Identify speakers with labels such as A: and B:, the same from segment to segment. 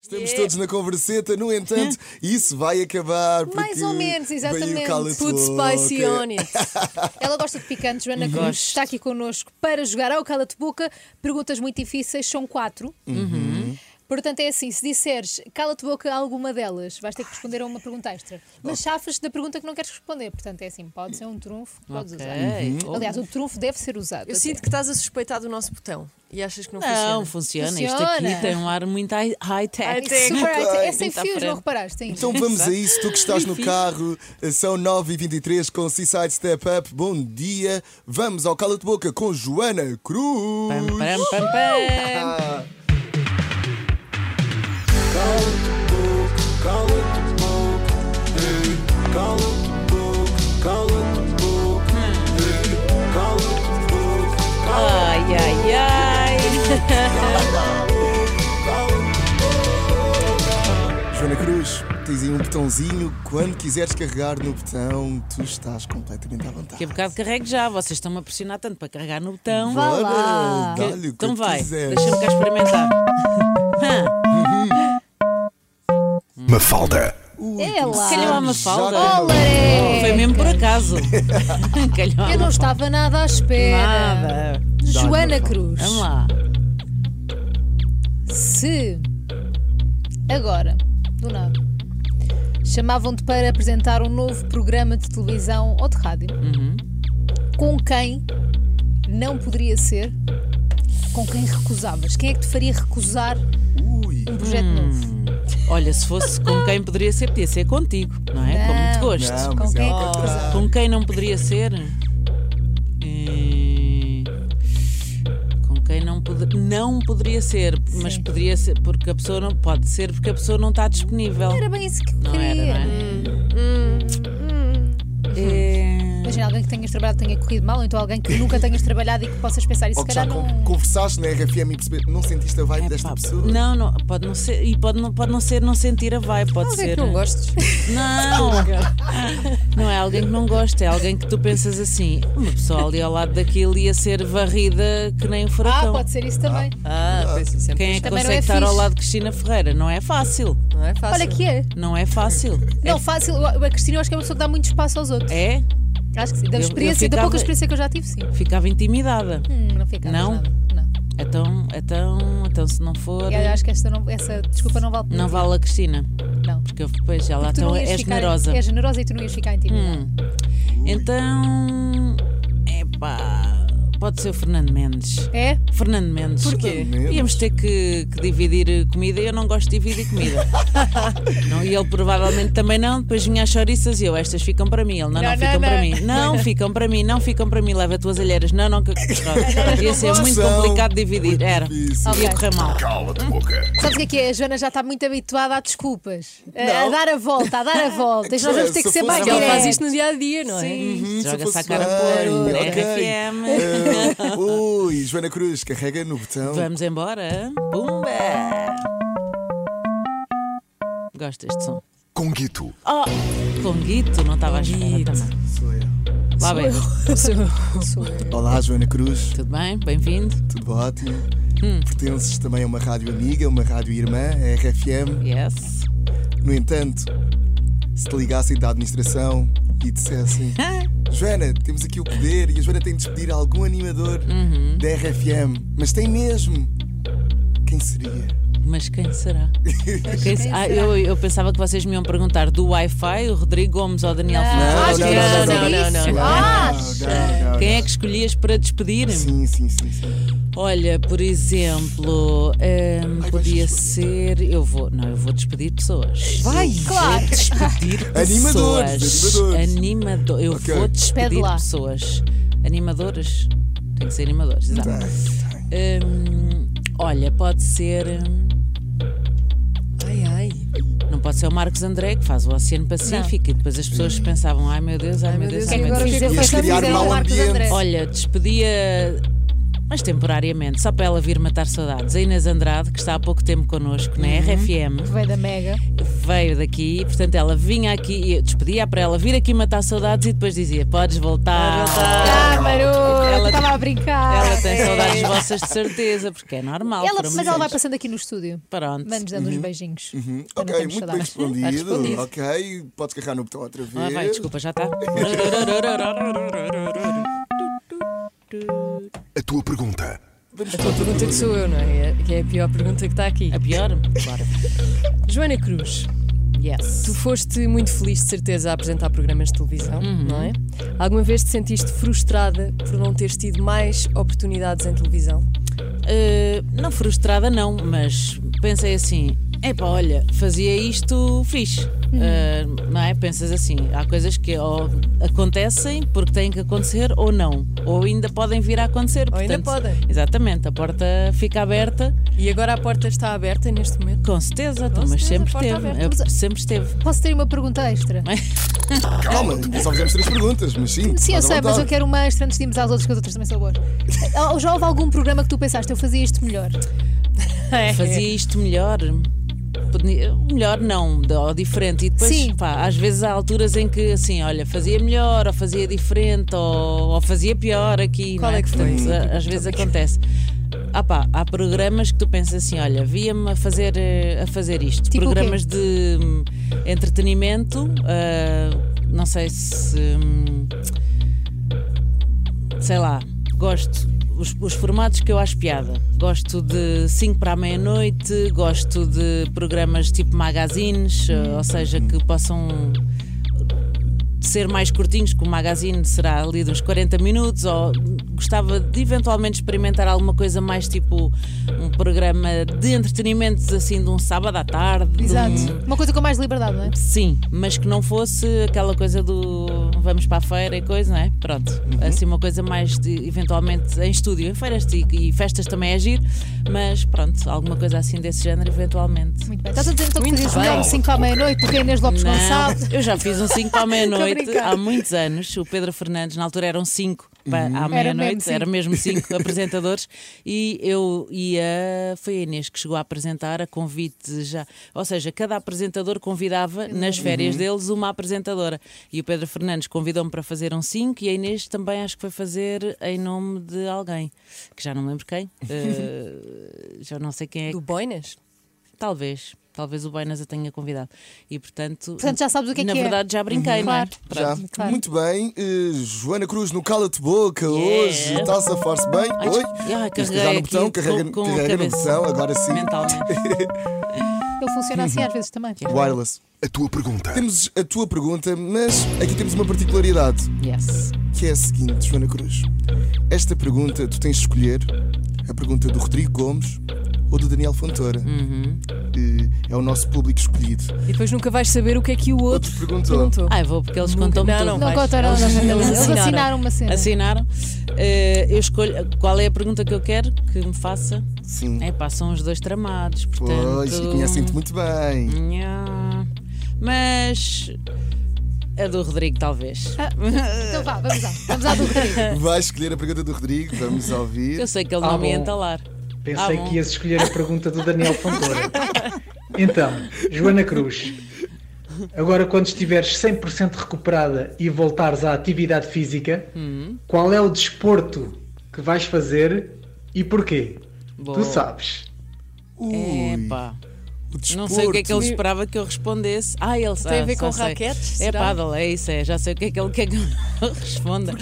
A: Estamos
B: Yeah.
A: todos na converseta, no entanto, isso vai acabar porque
B: Mais ou menos,
A: Veio o
B: exatamente.
A: Cala-te
C: Put
A: Boca.
C: spicy on it.
B: Ela gosta de picante, Joana Cruz
C: Uhum. Gosto.
B: está aqui connosco para jogar ao cala-te boca. Perguntas muito difíceis, são quatro.
C: Uhum.
B: Portanto, é assim: se disseres cala-te boca a alguma delas, vais ter que responder a uma pergunta extra. Mas chafas da pergunta que não queres responder. Portanto, é assim: pode ser um trunfo, podes
C: Ok.
B: usar.
C: Uhum.
B: Aliás, o trunfo deve ser usado.
D: Eu
B: até.
D: sinto que estás a suspeitar do nosso botão e achas que não,
C: Não,
D: funciona.
C: funciona. Isto
B: Funciona.
C: aqui tem um ar muito hi- high-tech.
D: High-tech.
B: É super
A: Ok.
B: high-tech. É sem
C: Muito à
B: fios,
C: frente.
B: não reparaste? É ainda?
A: Então vamos a isso, tu que estás no carro, são 9h23 com Seaside Step Up, bom dia, vamos ao Cala-te Boca com Joana Cruz.
C: Pam, pam, pam, pam.
A: Ah. Cala-te boca, cala-te boca, ei. cala-te boca, cala-te boca, ei. cala-te boca,
C: Ai, ai, ai.
A: Joana Cruz, tens aí um botãozinho. Quando quiseres carregar no botão, tu estás completamente à vontade.
C: Que a bocado carrego já. Vocês estão-me a pressionar tanto para carregar no botão.
B: Vá
A: Ora,
B: lá.
A: Dá-lhe o que
C: então vai.
A: quiseres.
C: Deixa-me cá experimentar. Hã?
E: Mafalda.
A: Ui,
B: Ela.
C: Calhou a
A: já
C: Mafalda.
A: calhou.
B: Olé!
C: Foi mesmo por acaso. Calhou a
B: Eu não estava nada à espera.
C: Mafalda.
B: Joana Cruz.
C: Vamos lá.
B: Se agora, do nada, chamavam-te para apresentar um novo programa de televisão ou de rádio,
C: Uhum.
B: com quem não poderia ser, com quem recusavas? Quem é que te faria recusar
A: Ui.
B: um projeto
C: Hum,
B: novo?
C: Olha, se fosse com quem poderia ser, podia ser contigo, não é? com muito gosto.
A: Não,
B: Com
A: mas
B: quem é que
A: ela-
B: recusavas?
C: Com quem não poderia ser? Eh, Com quem não, pod... não poderia ser, mas
B: Sim.
C: poderia ser, porque a pessoa não pode ser, porque a pessoa não está disponível.
B: Era bem isso que eu
C: Não era,
B: queria.
C: não é? Eh,
B: Imagina alguém que tenhas trabalhado que tenha corrido mal, ou então alguém que nunca tenhas trabalhado e que possas pensar, isso
A: Ou
B: se
A: que já
B: calhar
A: con-
B: não.
A: conversaste na RFM e percebeste, não sentiste a vibe desta
C: É pá,
A: pessoa?
C: Não, não, pode não ser, e pode não, pode não ser não sentir a vibe, pode
D: Alguém
C: ser.
D: é que não gostes.
C: Não! Não é alguém que não gosta, é alguém que tu pensas assim, uma pessoa ali ao lado daquilo ia ser varrida que nem um
B: Ah,
C: furacão.
B: pode ser isso também.
D: Ah, pois isso é
C: Quem é que
B: Também não
C: consegue
B: é
C: estar ao
B: fixe.
C: lado de Cristina Ferreira? Não é fácil.
D: Não é fácil.
B: Olha que é.
C: Não é fácil.
B: Não, fácil. eu- A Cristina eu acho que é uma pessoa que dá muito espaço aos outros.
C: É?
B: Acho que sim. Da
C: Eu- eu
B: experiência, da
C: ficava-
B: pouca experiência que eu já tive, sim.
C: Ficava intimidada.
B: Hum, não ficava
C: Não?
B: nada. Não.
C: Então, então, então se não for,
B: Eu acho que esta não- essa desculpa não vale.
C: não vale a Cristina.
B: Não.
C: Porque depois ela
B: Tu
C: então
B: não ias
C: é
B: ficar-
C: generosa. Hum.
B: É generosa e tu não ias ficar intimidada.
C: Então. Epá. Pode ser o Fernando Mendes.
B: É?
C: Fernando Mendes.
D: Porquê?
C: Íamos ter que, que dividir comida e eu não gosto de dividir comida. não, e ele provavelmente também não. Depois vinha as chouriças e eu, estas ficam para mim. Ele, não, não,
B: Não, não,
C: ficam para
B: não.
C: mim. Não, ficam para mim, não ficam para mim. Leva as tuas alheiras. Não, não, que pronto. Ia ser muito
A: São
C: complicado dividir. Era.
A: difícil.
C: Ia correr mal.
E: Cala-te boca.
B: Sabes o que é que é? A Joana já está muito habituada a desculpas. A, a
A: Não.
B: dar a volta, a dar a volta. Nós vamos ter
A: Se
B: que ser
A: fosse
B: mais
D: Porque ela faz
B: direto.
D: isto no dia a dia, não é?
B: Sim.
A: Hum, se
C: Joga-se
A: fosse
C: à cara
A: bem,
C: por
A: ok. Ah,
C: RFM.
A: Ui, Joana Cruz, carrega no botão.
C: Vamos embora. Pumba! Gosto deste som.
E: Conguito.
C: Oh, Conguito, não estava à espera
D: Conguito.
C: também.
A: Sou eu.
C: Lá bem,
D: Sou eu.
A: Olá, Joana Cruz,
C: tudo bem? Bem-vindo.
A: tudo ótimo. Pertences também a uma rádio amiga, uma rádio irmã, a RFM.
C: Yes.
A: No entanto, se te ligassem da administração e dissessem Joana, temos aqui o poder e a Joana tem de despedir algum animador da RFM, mas tem mesmo. Quem seria?
C: Mas quem será? Quem se-
B: será?
C: Ah, eu, eu pensava que vocês me iam perguntar do Wi-Fi, o Rodrigo Gomes ou o Daniel Fernandes.
B: Ah,
A: Não,
B: acho que
A: não, não,
B: era
D: não, não,
B: isso.
D: não, não.
B: Acho.
A: não, não.
C: Quem é que escolhias para despedir?
A: Sim, sim, sim, sim.
C: Olha, por exemplo, hum,
A: vais
C: podia
A: despedir.
C: ser. Eu vou. Não, eu vou despedir pessoas.
A: Vai!
B: Claro.
C: despedir
A: Animadores,
C: pessoas.
A: animadores.
C: Animado- Eu
A: Ok.
C: vou
B: Pede
C: despedir
B: lá.
C: pessoas. Animadoras? Tem que ser animadores, exato.
A: Tá. Tem, tem.
C: Hum, olha, pode ser. hum,
D: Ai, ai.
C: Não pode ser o Marcos André que faz o Oceano Pacífico e depois as pessoas pensavam: ai meu Deus, ai meu Deus, ai
D: e
C: meu
D: agora
C: Deus.
D: o que é
A: Ias criar
B: Foi só
D: que
C: ai, meu Deus."
B: dizer ao
A: mau
B: Marcos
A: ambiente.
B: André.
C: Olha, despedia mas temporariamente, só para ela vir matar saudades. A Inês Andrade, que está há pouco tempo connosco na RFM,
B: Veio da Mega.
C: veio daqui, portanto ela vinha aqui e eu despedia para ela vir aqui matar saudades e depois dizia: Podes voltar.
B: Ah, Maru,
C: Ela-
B: estava a brincar.
C: Ela tem saudades vossas de certeza, porque é normal.
B: É. Ela-
C: por amor
B: mas
C: de
B: ela vai
C: Deus.
B: passando aqui no estúdio.
C: Pronto.
B: Vamos dando uns beijinhos.
A: Uhum.
B: quando
A: Ok, muito
B: temos
A: bem
B: saudades.
A: respondido.
C: respondido.
A: Ok, podes carregar no botão outra vez.
C: Ah, vai, desculpa, já está.
E: A tua pergunta.
A: Vamos
D: A tua pergunta que sou eu, não é? Que é a pior pergunta que está aqui.
C: A É pior? Claro.
D: Joana Cruz,
C: Yes.
D: tu foste muito feliz, de certeza, a apresentar programas de televisão, não é? Alguma vez te sentiste frustrada por não teres tido mais oportunidades em televisão?
C: Uh, não frustrada, não, mas pensei assim: epá, olha, fazia isto fixe.
D: Uhum.
C: Uh, não é? Pensas assim: há coisas que ou acontecem porque têm que acontecer ou não, ou ainda podem vir a acontecer.
D: Ou ainda
C: portanto,
D: podem.
C: Exatamente, a porta fica aberta,
D: E agora a porta está aberta neste momento?
C: com certeza, então, mas
D: certeza,
C: sempre
D: porta
C: esteve.
D: aberta.
C: eh, Sempre esteve.
B: Posso ter uma pergunta extra?
A: Calma, só fizemos três perguntas, mas sim.
B: Sim, eu
A: estás à
B: sei, mas eu
A: vontade.
B: quero uma extra antes de irmos às outras, que as outras também são boas. Ou já houve algum programa que tu pensaste, eu fazia isto melhor?
D: né? É.
C: fazia isto melhor. Podia- Melhor não, de- ou diferente. E depois,
B: Sim.
C: pá, às vezes há alturas em que assim, olha, fazia melhor, ou fazia diferente, ou, ou fazia pior aqui.
D: Qual
C: não
D: é que foi?
C: Portanto, a- às vezes acontece. Ah, pá, há programas que tu pensas assim, olha, via-me a fazer, eh, a fazer isto.
B: Tipo o quê?
C: programas de hum, entretenimento, ah, não sei se. hum, sei lá, gosto. Os, os formatos que eu acho piada. Gosto de 5 para a meia-noite, gosto de programas tipo magazines, eh, ou seja, que possam ser mais curtinhos, que o magazine será ali dos 40 minutos, ou gostava de eventualmente experimentar alguma coisa mais tipo um programa de entretenimento, assim, de um sábado à tarde. de
B: Exato.
C: um-
B: Uhum. Uma coisa com mais liberdade, não é?
C: Sim, mas que não fosse aquela coisa do vamos para a feira e coisa, não é? Pronto. Assim, uma coisa mais de, eventualmente em estúdio, em feiras e, e festas também é giro, mas pronto, alguma coisa assim desse género, eventualmente.
B: Muito bem. Estás a dizer então que
D: Muito
B: fazias
D: bem.
B: melhor 5 à meia-noite, porque a Inês Lopes
C: Não,
B: Gonçalves.
C: eu já fiz um 5 para a meia-noite
B: brincar.
C: há muitos anos. O Pedro Fernandes, na altura, eram 5 à
B: Era mesmo
C: meia-noite,
B: cinco.
C: era mesmo 5 apresentadores. E eu ia. Foi a Inês que chegou a apresentar a convite já. Ou seja, cada apresentador convidava
B: Uhum.
C: nas férias deles uma apresentadora. E o Pedro Fernandes convidou-me para fazer um 5 e a Inês também acho que foi fazer em nome de alguém, que já não me lembro quem. Eh, já não sei quem é.
D: Do Boinas?
C: Talvez. Talvez o Bainas a tenha convidado. E portanto.
B: Portanto, já sabes o que é
C: Na
B: que é.
C: verdade, já brinquei, não é?
B: Claro.
A: Já.
C: Pronto.
B: Claro.
A: Muito bem, eh, Joana Cruz no Cala-te Boca hoje, está a safar-se bem.
C: Ai,
A: Oi?
C: desculpa. Ai,
A: Isto
C: carreguei
A: já no
C: aqui
A: botão,
C: com-
A: carrega,
C: com a
A: carrega no
C: cabeça.
A: botão, agora sim.
C: Mentalmente.
B: Ele funciona
A: Uhum.
B: assim às vezes também.
A: Wireless.
E: A tua pergunta.
A: Temos a tua pergunta, mas aqui temos uma particularidade,
C: Yes.
A: que é a seguinte, Joana Cruz. Esta pergunta tu tens de escolher a pergunta do Rodrigo Gomes ou do Daniel Fontoura.
C: Uhum.
A: Eh, É o nosso público escolhido.
D: E depois nunca vais saber o que é que o outro
A: Outro perguntou.
D: perguntou.
C: Ai, vou porque eles
D: Nunca-
C: contam-me
D: Não,
C: tudo.
D: não
B: Não é
D: Vais.
B: contaram,
D: Eles-
B: não,
D: eles
B: eles
D: assinaram.
B: assinaram uma cena.
C: Assinaram. Eh, eu escolho. Qual é a pergunta que eu quero que me faça?
A: Sim.
C: É pá, são os dois tramados. Portanto.
A: Pois, e conhecem-te muito bem.
C: Nhá. Mas. A do Rodrigo, talvez.
B: Então vá, vamos lá. Vamos lá do Rodrigo.
A: Vai escolher a pergunta do Rodrigo, vamos ouvir.
C: Eu sei que ele não
F: Ah,
C: me ia
F: bom.
C: entalar.
F: Pensei
C: Ah, bom.
F: que ias escolher a pergunta do Daniel Fontoura. Então, Joana Cruz, agora quando estiveres 100% recuperada e voltares à atividade física,
C: Hum.
F: qual é o desporto que vais fazer e porquê?
C: Boa.
F: Tu sabes.
A: Ui,
C: Epá.
A: o desporto.
C: Não sei o que é que ele esperava que eu respondesse. Ah, ele sabe.
D: a ver
C: só
D: com
C: sei.
D: raquetes,
C: É
D: será?
C: paddle, é isso, é. Já sei o que é que ele quer que eu responda.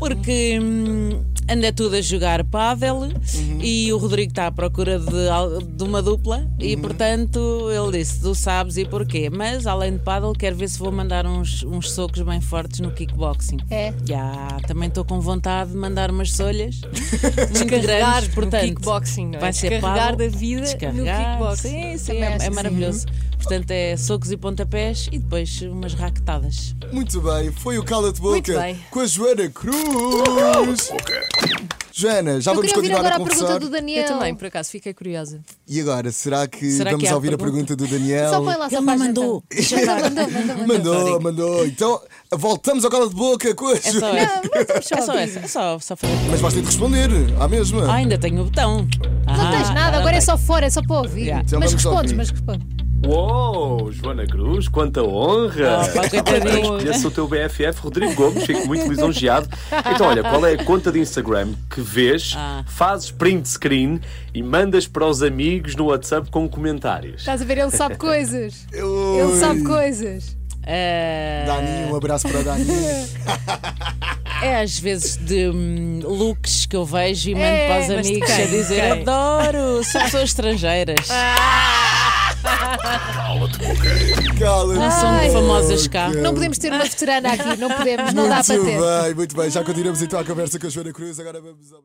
C: Porque hum, anda tudo a jogar paddle
D: Uhum.
C: e o Rodrigo está à procura de, al- de uma dupla e,
D: Uhum.
C: portanto, ele disse: Tu sabes e porquê. Mas, além de paddle, quero ver se vou mandar uns, uns socos bem fortes no kickboxing.
B: É.
C: Já, também estou com vontade de mandar umas solhas muito
D: Descarregar
C: grandes,
D: no
C: portanto.
D: kickboxing, não é?
C: Vai ser
D: Descarregar
C: paddle,
D: da vida no
C: descarregar,
D: kickboxing.
C: Sim, sim,
B: Também
C: é,
B: acho
C: é
B: que sim.
C: maravilhoso. Portanto, é socos e pontapés e depois umas raquetadas.
A: Muito bem, foi o Cala-te Boca
D: Muito bem.
A: com a Joana Cruz.
E: Boca.
A: Joana, já
B: Eu
A: vamos
B: queria ouvir
A: continuar
B: agora
A: a
B: a pergunta
A: conversar.
B: do
D: Eu
B: Daniel.
D: também, por acaso, fiquei curiosa.
A: E agora, será que
C: Será que
A: vamos
C: há
A: ouvir a
C: pergunta?
A: pergunta do Daniel?
B: Só põe lá
C: Ele
B: só
C: me
B: faz
C: mandou. Deixa eu dar.
B: Mandou, mandou, mandou.
A: Mandou, mandou. Então, voltamos ao cala de boca com a
C: É só
A: Joana.
C: essa.
B: Não,
C: É só essa. É só, só fazer.
A: Mas vais ter de responder à mesma.
C: Ah, ainda tenho o botão. Ah,
B: Não tens nada, agora é só fora, é só para ouvir.
C: Yeah.
A: Então
B: mas
A: vamos
B: respondes,
A: ouvir.
B: mas respondes.
G: Uou, Joana Cruz, quanta honra!
C: Opa, Ah, coitadinho.
G: Eu sou o teu BFF, Rodrigo Gomes, fico muito lisonjeado. Então, olha, qual é a conta de Instagram que vês,
C: Ah.
G: fazes print screen e mandas para os amigos no WhatsApp com comentários?
B: Estás a ver, ele sabe coisas. Ele
A: Ui.
B: sabe coisas.
C: É,
A: Dani, um abraço para o Dani.
C: é às vezes de hum, looks que eu vejo e mando
B: É,
C: para os
D: mas de
C: amigos
D: quem?
C: a dizer
D: Quem?
C: adoro, são pessoas estrangeiras.
A: Cala-te.
C: são famosas cá.
A: ok.
B: Não podemos ter uma veterana aqui, não podemos, não dá
A: Muito
B: para ter.
A: bem, muito bem. Já continuamos então a conversa com a Joana Cruz. Agora vamos ao.